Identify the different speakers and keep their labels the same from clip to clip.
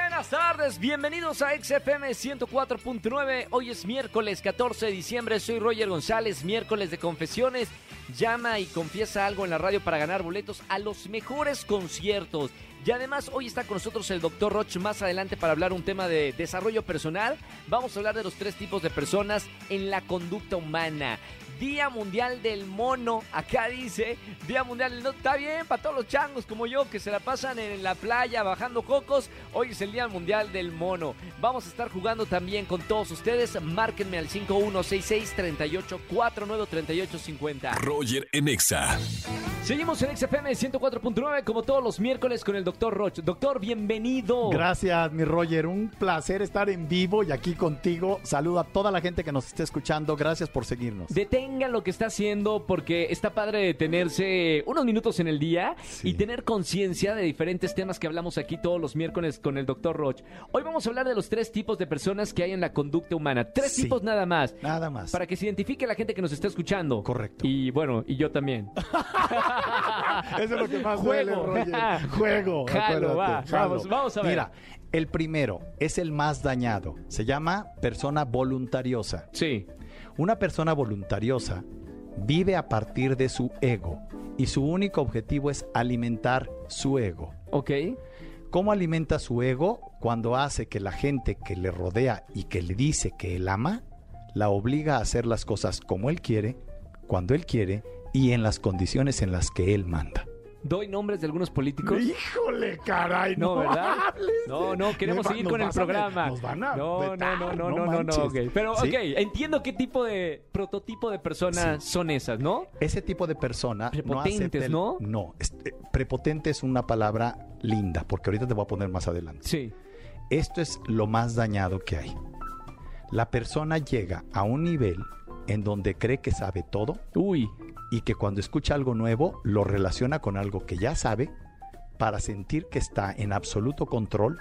Speaker 1: Buenas tardes, bienvenidos a XFM 104.9. Hoy es miércoles 14 de diciembre, soy Roger González, miércoles de confesiones. Llama y confiesa algo en la radio para ganar boletos a los mejores conciertos. Y además hoy está con nosotros el doctor Roch más adelante para hablar un tema de desarrollo personal. Vamos a hablar de los tres tipos de personas en la conducta humana. Día Mundial del Mono, acá dice, Día Mundial del... No, está bien para todos los changos como yo que se la pasan en la playa bajando cocos, hoy es el Día Mundial del Mono. Vamos a estar jugando también con todos ustedes, márquenme al 5166 38 49 38 50.
Speaker 2: Roger en Exa.
Speaker 1: Seguimos en XFM 104.9 como todos los miércoles con el doctor Roch. Doctor, bienvenido.
Speaker 3: Gracias, mi Roger. Un placer estar en vivo y aquí contigo. Saludo a toda la gente que nos está escuchando. Gracias por seguirnos.
Speaker 1: Detenga lo que está haciendo porque está padre detenerse unos minutos en el día
Speaker 3: Sí.
Speaker 1: y tener conciencia de diferentes temas que hablamos aquí todos los miércoles con el doctor Roch. Hoy vamos a hablar de los tres tipos de personas que hay en la conducta humana. Tres
Speaker 3: Sí.
Speaker 1: tipos nada más.
Speaker 3: Nada más.
Speaker 1: Para que se identifique la gente que nos está escuchando.
Speaker 3: Correcto.
Speaker 1: Y bueno, y yo también.
Speaker 3: Eso es lo que más duele,
Speaker 1: Juego.
Speaker 3: Roger. Juego.
Speaker 1: Jalo, va.
Speaker 3: acuérdate,
Speaker 1: Vamos, vamos a ver.
Speaker 3: Mira, el primero es el más dañado. Se llama persona voluntariosa.
Speaker 1: Sí.
Speaker 3: Una persona voluntariosa vive a partir de su ego y su único objetivo es alimentar su ego.
Speaker 1: Ok.
Speaker 3: ¿Cómo alimenta su ego cuando hace que la gente que le rodea y que le dice que él ama, la obliga a hacer las cosas como él quiere, cuando él quiere y en las condiciones en las que él manda?
Speaker 1: Doy nombres de algunos políticos.
Speaker 3: Híjole, caray,
Speaker 1: No, ¿verdad? No, no, queremos
Speaker 3: Me va-
Speaker 1: seguir
Speaker 3: nos
Speaker 1: con el
Speaker 3: vas a-
Speaker 1: programa.
Speaker 3: nos van a
Speaker 1: no, no, no,
Speaker 3: vetar, pues, ah, no
Speaker 1: no, no, no, no,
Speaker 3: manches.
Speaker 1: ok. Pero,
Speaker 3: Sí.
Speaker 1: ok, entiendo qué tipo de prototipo de personas son esas, ¿no?
Speaker 3: Ese tipo de persona no
Speaker 1: Prepotentes,
Speaker 3: acepta el-
Speaker 1: ¿no?
Speaker 3: No, este, prepotente es una palabra linda, porque ahorita te voy a poner más adelante.
Speaker 1: Sí.
Speaker 3: Esto es lo más dañado que hay. La persona llega a un nivel en donde cree que sabe todo
Speaker 1: Uy,
Speaker 3: y que cuando escucha algo nuevo lo relaciona con algo que ya sabe para sentir que está en absoluto control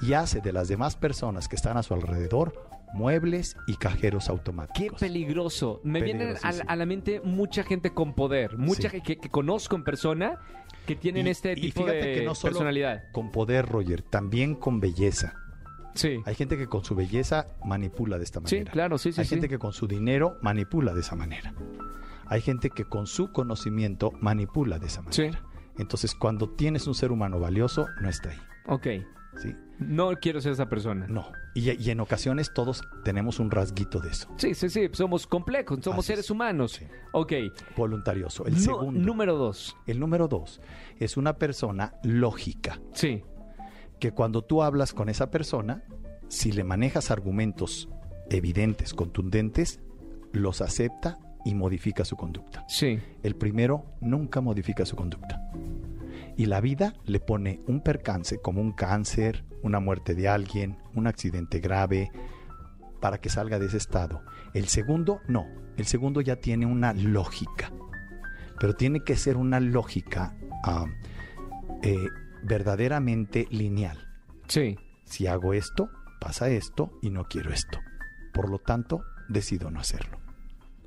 Speaker 3: y hace de las demás personas que están a su alrededor muebles y cajeros
Speaker 1: qué
Speaker 3: automáticos.
Speaker 1: peligroso. Me vienen a, la-
Speaker 3: Peligrosísimo.
Speaker 1: a la mente mucha gente con poder, mucha
Speaker 3: Sí.
Speaker 1: gente que, que conozco en persona que tienen
Speaker 3: Y-
Speaker 1: este
Speaker 3: y
Speaker 1: tipo
Speaker 3: fíjate
Speaker 1: de
Speaker 3: que no solo-
Speaker 1: personalidad.
Speaker 3: con poder, Roger, también con belleza.
Speaker 1: Sí.
Speaker 3: Hay gente que con su belleza manipula de esta
Speaker 1: Sí,
Speaker 3: manera.
Speaker 1: claro, sí, sí,
Speaker 3: Hay
Speaker 1: sí.
Speaker 3: gente que con su dinero manipula de esa manera. Hay gente que con su conocimiento manipula de esa
Speaker 1: Sí.
Speaker 3: manera. Entonces, cuando tienes un ser humano valioso, no está ahí.
Speaker 1: Ok.
Speaker 3: ¿sí?
Speaker 1: No quiero ser esa persona.
Speaker 3: No. Y, y en ocasiones todos tenemos un rasguito de eso.
Speaker 1: Sí, sí, sí. Somos complejos, somos
Speaker 3: Así es.
Speaker 1: seres humanos.
Speaker 3: Sí.
Speaker 1: Ok.
Speaker 3: Voluntarioso. El
Speaker 1: Nu-
Speaker 3: segundo.
Speaker 1: Número dos.
Speaker 3: el número dos es una persona lógica.
Speaker 1: Sí.
Speaker 3: Que cuando tú hablas con esa persona, si le manejas argumentos evidentes, contundentes, los acepta y modifica su conducta.
Speaker 1: Sí.
Speaker 3: El primero nunca modifica su conducta. Y la vida le pone un percance como un cáncer, una muerte de alguien, un accidente grave, para que salga de ese estado. El segundo no, el segundo ya tiene una lógica, pero tiene que ser una lógica ah, eh, verdaderamente lineal.
Speaker 1: Sí.
Speaker 3: Si hago esto, pasa esto y no quiero esto. Por lo tanto, decido no hacerlo.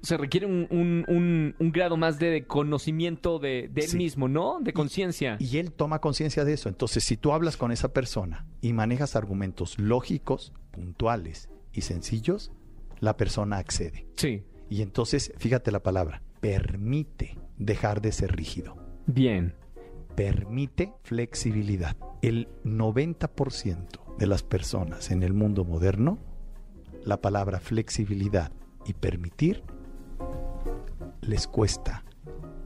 Speaker 1: se requiere un, un- un- un grado más de conocimiento de, de él
Speaker 3: Sí.
Speaker 1: mismo, ¿no? De conciencia.
Speaker 3: Y él toma conciencia de eso. Entonces, si tú hablas con esa persona y manejas argumentos lógicos, puntuales y sencillos, la persona accede.
Speaker 1: Sí.
Speaker 3: Y entonces, fíjate la palabra, permite dejar de ser rígido.
Speaker 1: Bien.
Speaker 3: Permite flexibilidad. El 90% de las personas en el mundo moderno, la palabra flexibilidad y permitir les cuesta,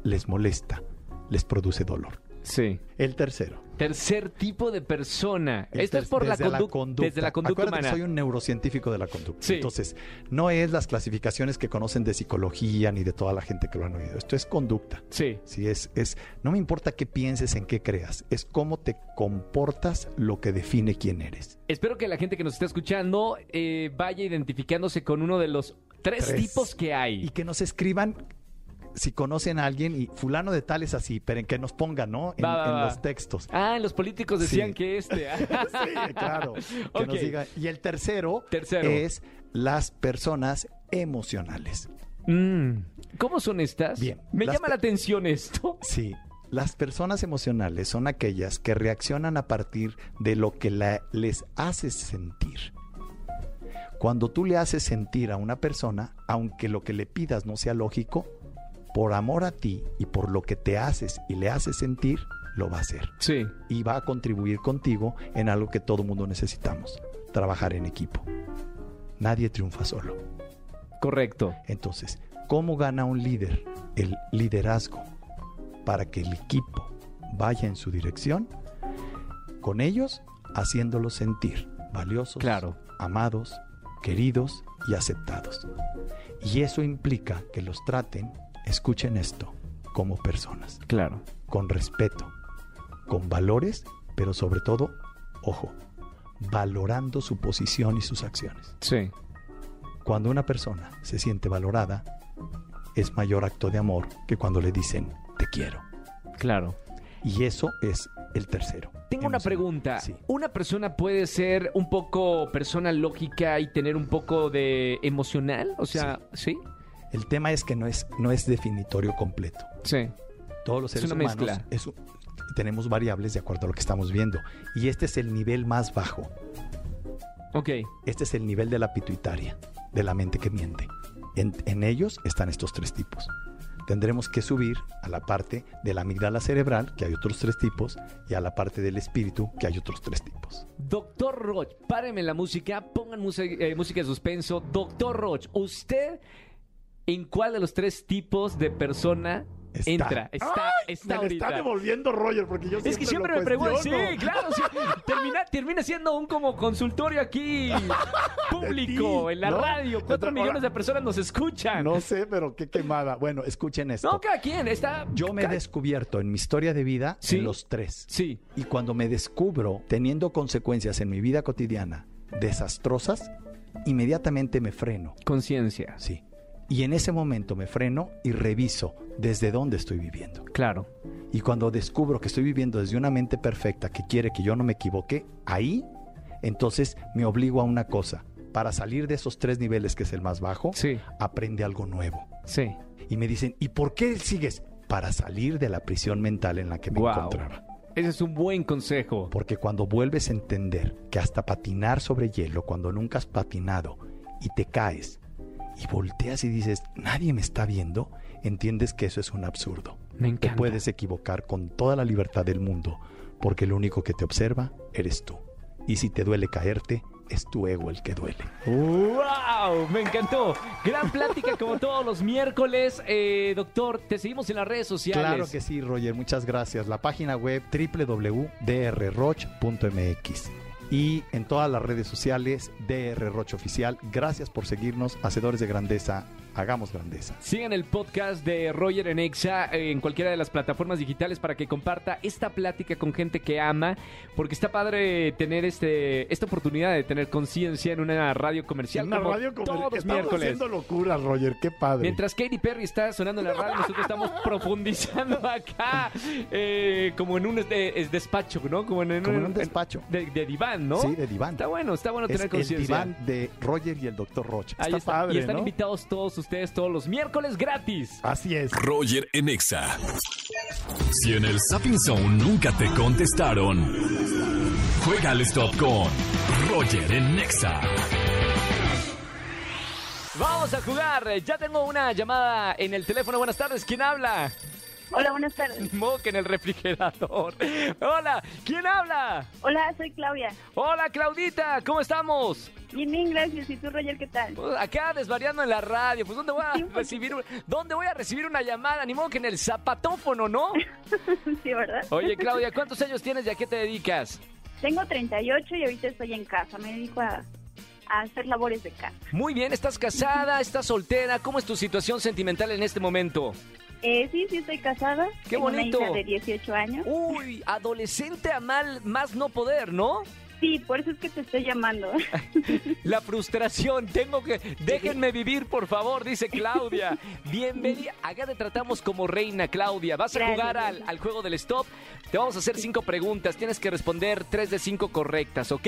Speaker 3: les molesta, les produce dolor.
Speaker 1: Sí.
Speaker 3: El tercero.
Speaker 1: Tercer tipo de persona. Esto es por la,
Speaker 3: Desde
Speaker 1: conduc- Desde la conducta
Speaker 3: Acuérdate
Speaker 1: humana.
Speaker 3: que soy un neurocientífico de la conducta.
Speaker 1: Sí.
Speaker 3: Entonces, no es las clasificaciones que conocen de psicología ni de toda la gente que lo han oído. Esto es conducta.
Speaker 1: Sí.
Speaker 3: Sí, es, es, no me importa qué pienses, en qué creas, es cómo te comportas lo que define quién eres.
Speaker 1: Espero que la gente que nos está escuchando eh, vaya identificándose con uno de los tres,
Speaker 3: Tres.
Speaker 1: tipos que hay.
Speaker 3: Y que nos escriban si conocen a alguien y fulano de tal es así, pero en que nos pongan, ¿no? En,
Speaker 1: Va, va,
Speaker 3: en
Speaker 1: va.
Speaker 3: los textos.
Speaker 1: Ah, los políticos decían
Speaker 3: Sí.
Speaker 1: que este.
Speaker 3: Sí, claro. Que
Speaker 1: Ok.
Speaker 3: nos digan. Y el tercero,
Speaker 1: Tercero.
Speaker 3: es las personas emocionales.
Speaker 1: Mm, ¿Cómo son estas?
Speaker 3: Bien.
Speaker 1: Me
Speaker 3: Las
Speaker 1: llama
Speaker 3: pe-
Speaker 1: la atención esto.
Speaker 3: Sí, las personas emocionales son aquellas que reaccionan a partir de lo que la- les haces sentir. Cuando tú le haces sentir a una persona, aunque lo que le pidas no sea lógico, por amor a ti y por lo que te haces y le haces sentir, lo va a hacer.
Speaker 1: Sí.
Speaker 3: Y va a contribuir contigo en algo que todo mundo necesitamos, trabajar en equipo. Nadie triunfa solo.
Speaker 1: Correcto.
Speaker 3: Entonces, ¿cómo gana un líder el liderazgo para que el equipo vaya en su dirección? Con ellos, haciéndolos sentir valiosos,
Speaker 1: Claro.
Speaker 3: amados, queridos y aceptados. Y eso implica que los traten, escuchen esto, como personas,
Speaker 1: Claro.
Speaker 3: con respeto, con valores, pero sobre todo, ojo, valorando su posición y sus acciones.
Speaker 1: Sí.
Speaker 3: Cuando una persona se siente valorada, es mayor acto de amor que cuando le dicen te quiero.
Speaker 1: Claro.
Speaker 3: Y eso es el tercero.
Speaker 1: Tengo una
Speaker 3: Emocional.
Speaker 1: pregunta.
Speaker 3: Sí.
Speaker 1: ¿Una persona puede ser un poco persona lógica y tener un poco de emocional? O sea, ¿sí?
Speaker 3: El tema es que no es, no es definitorio completo.
Speaker 1: Sí.
Speaker 3: Todos los
Speaker 1: Es
Speaker 3: seres
Speaker 1: una
Speaker 3: humanos
Speaker 1: mezcla.
Speaker 3: es un- tenemos variables de acuerdo a lo que estamos viendo. Y este es el nivel más bajo.
Speaker 1: Ok.
Speaker 3: Este es el nivel de la pituitaria, de la mente que miente. En, en ellos están estos tres tipos. Tendremos que subir a la parte de la amígdala cerebral, que hay otros tres tipos, y a la parte del espíritu, que hay otros tres tipos.
Speaker 1: Doctor Roch, párenme la música, pongan muse- eh, música de suspenso. Doctor Roch, ¿usted en cuál de los tres tipos de persona
Speaker 3: Está.
Speaker 1: entra? Está, está
Speaker 3: Me lo
Speaker 1: ahorita.
Speaker 3: está devolviendo Roger porque yo siempre
Speaker 1: es que siempre
Speaker 3: lo
Speaker 1: me pregunto, sí,
Speaker 3: cuestiono.
Speaker 1: claro, sí. termina, termina siendo un como consultorio aquí público,
Speaker 3: De ti,
Speaker 1: en la
Speaker 3: ¿no?
Speaker 1: radio. Cuatro
Speaker 3: Ahora-
Speaker 1: millones de personas nos escuchan.
Speaker 3: No sé, pero qué quemada. Bueno, escuchen esto.
Speaker 1: No, cada quien está.
Speaker 3: Yo me he
Speaker 1: ca-
Speaker 3: descubierto en mi historia de vida
Speaker 1: Sí.
Speaker 3: en los tres.
Speaker 1: Sí,
Speaker 3: Y cuando me descubro teniendo consecuencias en mi vida cotidiana desastrosas, inmediatamente me freno.
Speaker 1: conciencia.
Speaker 3: Sí. Y en ese momento me freno y reviso desde dónde estoy viviendo.
Speaker 1: Claro.
Speaker 3: Y cuando descubro que estoy viviendo desde una mente perfecta que quiere que yo no me equivoque, ahí, entonces me obligo a una cosa. Para salir de esos tres niveles, que es el más bajo,
Speaker 1: Sí,
Speaker 3: aprende algo nuevo.
Speaker 1: sí.
Speaker 3: Y me dicen, ¿y por qué sigues? Para salir de la prisión mental en la que me
Speaker 1: Guau.
Speaker 3: encontraba.
Speaker 1: Ese es un buen consejo.
Speaker 3: Porque cuando vuelves a entender que hasta patinar sobre hielo, cuando nunca has patinado y te caes y volteas y dices, nadie me está viendo, entiendes que eso es un absurdo.
Speaker 1: Me
Speaker 3: Te
Speaker 1: encanta.
Speaker 3: puedes equivocar con toda la libertad del mundo, porque el único que te observa eres tú. Y si te duele caerte, es tu ego el que duele.
Speaker 1: ¡Wow! Me encantó. Gran plática como todos los miércoles. Eh, doctor, te seguimos en las redes sociales.
Speaker 3: Claro que sí, Roger, muchas gracias. La página web www.drroch.mx y en todas las redes sociales drroch oficial. Gracias por seguirnos, hacedores de grandeza, hagamos grandeza.
Speaker 1: Sigan el podcast de Roger en Exa eh, en cualquiera de las plataformas digitales para que comparta esta plática con gente que ama, porque está padre tener este esta oportunidad de tener conciencia en una radio comercial como todos los miércoles.
Speaker 3: locuras, Roger, qué padre.
Speaker 1: Mientras Katy Perry está sonando en la radio, nosotros estamos profundizando acá, eh, como en un es- de- es despacho, ¿no? Como en, en
Speaker 3: Como en
Speaker 1: un-
Speaker 3: un despacho.
Speaker 1: de, de diván, ¿no?
Speaker 3: Sí, de diván.
Speaker 1: Está bueno, está bueno
Speaker 3: Es
Speaker 1: tener
Speaker 3: el
Speaker 1: conciencia.
Speaker 3: diván de Roger y el doctor Roch.
Speaker 1: Ahí está. y están invitados todos ustedes todos los miércoles gratis.
Speaker 3: Así es.
Speaker 2: Roger en Exa. Si en el Sapping Zone nunca te contestaron, juega al stop con Roger en Exa.
Speaker 1: Vamos a jugar. Ya tengo una llamada en el teléfono. Buenas tardes. ¿Quién habla?
Speaker 4: Hola, buenas tardes.
Speaker 1: Moque en el refrigerador. Hola, ¿quién habla?
Speaker 4: Hola, soy Claudia.
Speaker 1: Hola, Claudita. ¿Cómo estamos?
Speaker 4: Bien, bien, gracias. ¿Y tú, Roger, qué tal?
Speaker 1: Pues, Acá desvariando en la radio. Pues dónde voy a recibir un- dónde voy a recibir una llamada. Ni modo que en el zapatófono, ¿no?
Speaker 4: sí, ¿verdad?
Speaker 1: Oye, Claudia, ¿cuántos años tienes y a qué te dedicas?
Speaker 4: Tengo 38 y ahorita estoy en casa. Me dedico a, a hacer labores de casa.
Speaker 1: Muy bien, ¿estás casada? ¿Estás soltera? ¿Cómo es tu situación sentimental en este momento?
Speaker 4: Eh, sí, sí, estoy casada.
Speaker 1: ¡Qué
Speaker 4: Tengo
Speaker 1: bonito!
Speaker 4: Una hija de 18 años.
Speaker 1: Uy, adolescente a mal más no poder, ¿no?
Speaker 4: Sí, por eso es que te estoy llamando.
Speaker 1: La frustración, tengo que. Déjenme vivir, por favor, dice Claudia. Bienvenida. Acá te tratamos como reina, Claudia. Vas a
Speaker 4: Gracias,
Speaker 1: jugar al,
Speaker 4: gracias.
Speaker 1: al juego del stop. Te vamos a hacer cinco preguntas. Tienes que responder tres de cinco correctas, ¿ok?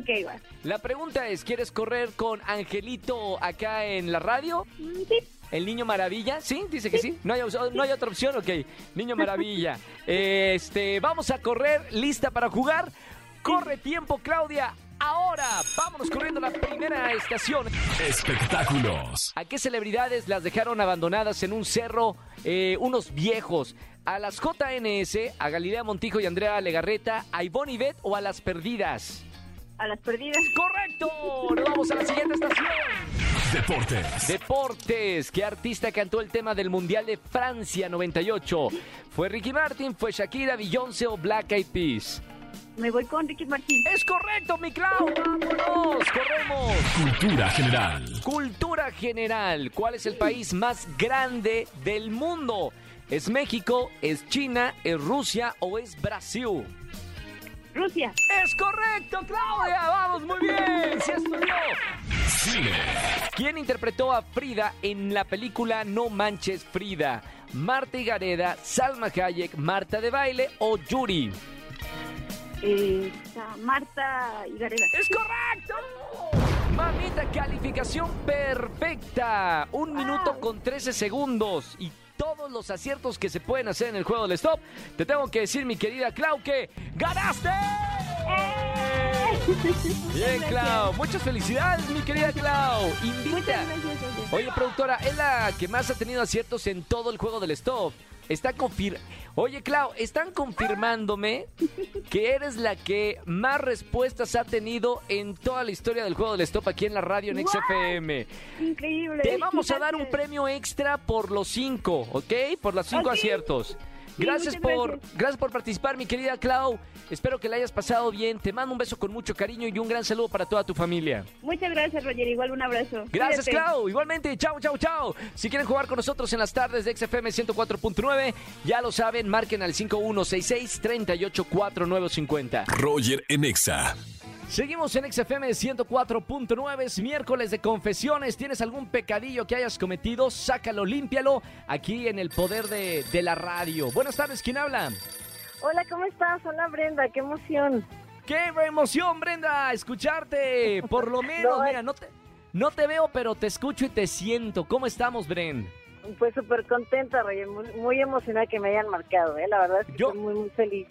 Speaker 4: ok, va.
Speaker 1: La pregunta es: ¿quieres correr con Angelito acá en la radio?
Speaker 4: Mm, Sí,
Speaker 1: El niño maravilla, ¿sí? Dice que sí. No hay, os- no hay otra opción, ok. Niño maravilla. Este, vamos a correr, lista para jugar. Corre tiempo, Claudia. Ahora, vámonos corriendo a la primera estación.
Speaker 2: Espectáculos.
Speaker 1: ¿A qué celebridades las dejaron abandonadas en un cerro eh, unos viejos? ¿A las JNS, a Galilea Montijo y Andrea Legarreta, a Ivonne Ivet o a las perdidas?
Speaker 4: A las perdidas.
Speaker 1: ¡Correcto! Nos vamos a la siguiente estación.
Speaker 2: Deportes.
Speaker 1: Deportes. ¿Qué artista cantó el tema del Mundial de Francia 98? ¿Fue Ricky Martin, fue Shakira, Beyoncé o Black Eyed Peas?
Speaker 4: Me voy con Ricky Martín.
Speaker 1: ¡Es correcto, mi Clau! ¡Vámonos! ¡Corremos!
Speaker 2: Cultura general.
Speaker 1: Cultura general. ¿Cuál es el país más grande del mundo? ¿Es México, es China, es Rusia o es Brasil?
Speaker 4: Rusia.
Speaker 1: ¡Es correcto, Claudia! ¡Vamos, muy bien! ¡Sí estudió!
Speaker 2: Cine.
Speaker 1: ¿Quién interpretó a Frida en la película No Manches Frida? ¿Marta Gareda, Salma Hayek, Marta de Baile o Yuri?
Speaker 4: Eh, está Marta Higareda.
Speaker 1: ¡Es correcto! Mamita, calificación perfecta. Un minuto con 13 segundos y todos los aciertos que se pueden hacer en el juego del stop. Te tengo que decir, mi querida Clau, que ganaste. ¡Eh! Bien,
Speaker 4: Gracias.
Speaker 1: Clau. Muchas felicidades, mi querida Clau. Invita.
Speaker 4: Muchas gracias, oye.
Speaker 1: Oye, productora, es la que más ha tenido aciertos en todo el juego del stop. Está confir... Oye, Clau, están confirmándome que eres la que más respuestas ha tenido en toda la historia del juego del stop aquí en la radio en
Speaker 4: Wow.
Speaker 1: XFM.
Speaker 4: Increíble.
Speaker 1: Te vamos a dar un
Speaker 4: Gracias.
Speaker 1: premio extra por los cinco, ¿ok? Por los cinco
Speaker 4: Ok.
Speaker 1: aciertos.
Speaker 4: Sí,
Speaker 1: Gracias
Speaker 4: muchas
Speaker 1: por,
Speaker 4: gracias.
Speaker 1: gracias por participar, mi querida Clau. Espero que la hayas pasado bien. Te mando un beso con mucho cariño y un gran saludo para toda tu familia.
Speaker 4: Muchas gracias, Roger. Igual un abrazo.
Speaker 1: Gracias,
Speaker 4: Cuídate.
Speaker 1: Clau. Igualmente, chao, chao, chao. Si quieren jugar con nosotros en las tardes de XFM 104.9, ya lo saben, marquen al 5166-384950.
Speaker 2: Roger en Exa.
Speaker 1: Seguimos en XFM 104.9, es miércoles de confesiones. ¿Tienes algún pecadillo que hayas cometido? Sácalo, límpialo, aquí en el poder de, de la radio. Buenas tardes, ¿quién habla?
Speaker 5: Hola, ¿cómo estás? Hola, Brenda, qué emoción.
Speaker 1: ¡Qué emoción, Brenda! Escucharte, por lo menos.
Speaker 5: No,
Speaker 1: Mira, no te, no te veo, pero te escucho y te siento. ¿Cómo estamos, Bren?
Speaker 5: Pues súper contenta, Roger, muy, muy emocionada que me hayan marcado, ¿eh? La verdad es que
Speaker 1: Yo-
Speaker 5: estoy muy, muy feliz.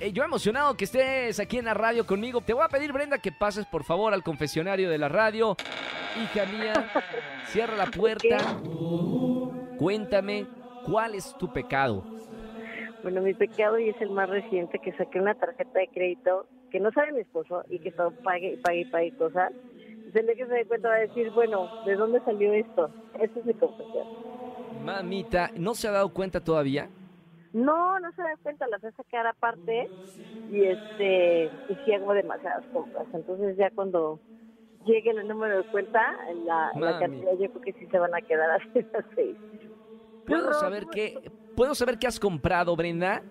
Speaker 1: Eh, yo emocionado que estés aquí en la radio conmigo. Te voy a pedir, Brenda, que pases por favor al confesionario de la radio. Hija mía, cierra la puerta. Cuéntame cuál es tu pecado.
Speaker 5: Bueno, mi pecado y es el más reciente, que saqué una tarjeta de crédito que no sabe mi esposo y que todo pague y pague y pague cosas. Se le que se dé cuenta va a decir, bueno, ¿de dónde salió esto? Esa es mi confesión.
Speaker 1: Mamita, ¿no se ha dado cuenta todavía?
Speaker 5: No, no se da cuenta, la fui a sacar aparte y este, y sí hago demasiadas compras. Entonces ya cuando llegue el número de cuenta, la, la
Speaker 1: Mami.
Speaker 5: cantidad yo creo que sí se van a quedar así las seis.
Speaker 1: ¿Puedo
Speaker 5: No,
Speaker 1: saber
Speaker 5: no.
Speaker 1: qué, ¿puedo saber qué has comprado, Brenda?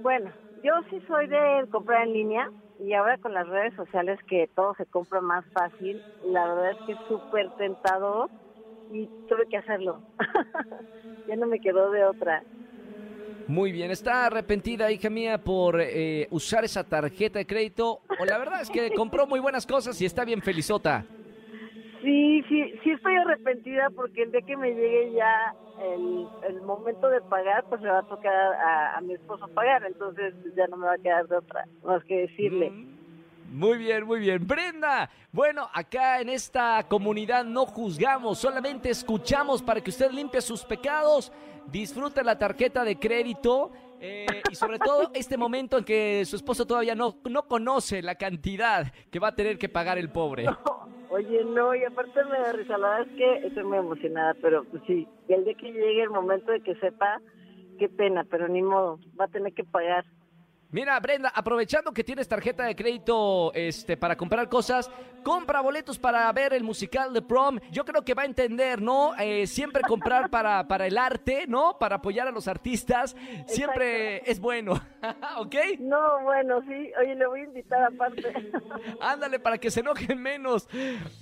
Speaker 5: Bueno, yo sí soy de comprar en línea y ahora con las redes sociales que todo se compra más fácil, la verdad es que es súper tentador y tuve que hacerlo. ya no me quedó de otra.
Speaker 1: Muy bien, ¿está arrepentida, hija mía, por eh, usar esa tarjeta de crédito? O la verdad es que compró muy buenas cosas y está bien felizota.
Speaker 5: Sí, sí, sí estoy arrepentida porque el día que me llegue ya el, el momento de pagar, pues le va a tocar a, a mi esposo pagar, entonces ya no me va a quedar de otra, más que decirle.
Speaker 1: Mm. Muy bien, muy bien. Brenda, bueno, acá en esta comunidad no juzgamos, solamente escuchamos para que usted limpie sus pecados, disfrute la tarjeta de crédito eh, y sobre todo este momento en que su esposo todavía no, no conoce la cantidad que va a tener que pagar el pobre.
Speaker 5: Oye, no, y aparte me da risa, la verdad es que estoy muy emocionada, pero pues sí, y el día que llegue el momento de que sepa, qué pena, pero ni modo, va a tener que pagar.
Speaker 1: Mira, Brenda, aprovechando que tienes tarjeta de crédito este, para comprar cosas, compra boletos para ver el musical de prom. Yo creo que va a entender, ¿no? Eh, siempre comprar para, para el arte, ¿no? Para apoyar a los artistas, siempre es bueno, ¿ok?
Speaker 5: No, bueno, sí, oye, le voy a invitar aparte.
Speaker 1: Ándale, para que se enojen menos.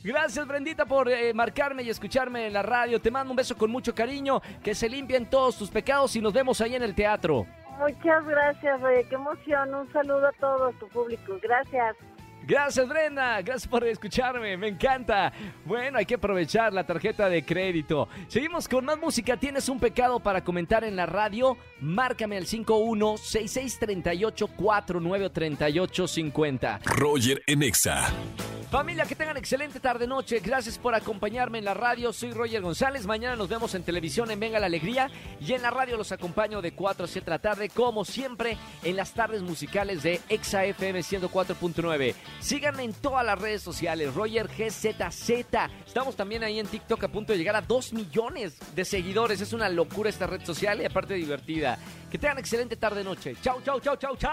Speaker 1: Gracias, Brendita, por eh, marcarme y escucharme en la radio. Te mando un beso con mucho cariño, que se limpien todos tus pecados y nos vemos ahí en el teatro.
Speaker 5: Muchas gracias, oye, qué emoción, un saludo a todo tu público, gracias.
Speaker 1: Gracias Brenda, gracias por escucharme, me encanta. Bueno, hay que aprovechar la tarjeta de crédito. Seguimos con más música. ¿Tienes un pecado para comentar en la radio? Márcame al 51 6638 4938 50.
Speaker 2: Roger en Exa.
Speaker 1: Familia, que tengan excelente tarde-noche. Gracias por acompañarme en la radio. Soy Roger González. Mañana nos vemos en televisión en Venga la Alegría. Y en la radio los acompaño de 4 a 7 de la tarde, como siempre, en las tardes musicales de Exa FM 104.9. Síganme en todas las redes sociales. Roger GZZ. Estamos también ahí en TikTok a punto de llegar a 2 millones de seguidores. Es una locura esta red social y aparte divertida. Que tengan excelente tarde-noche. Chau, chau, chau, chau, chau.